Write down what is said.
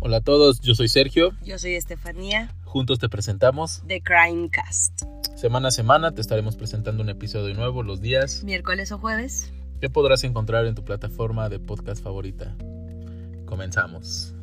Hola a todos, yo soy Sergio. Yo soy Estefanía Juntos te presentamos. de Crimecast. Semana a semana te estaremos presentando un episodio nuevo los días Miércoles o jueves. que podrás encontrar en tu plataforma de podcast favorita. Comenzamos.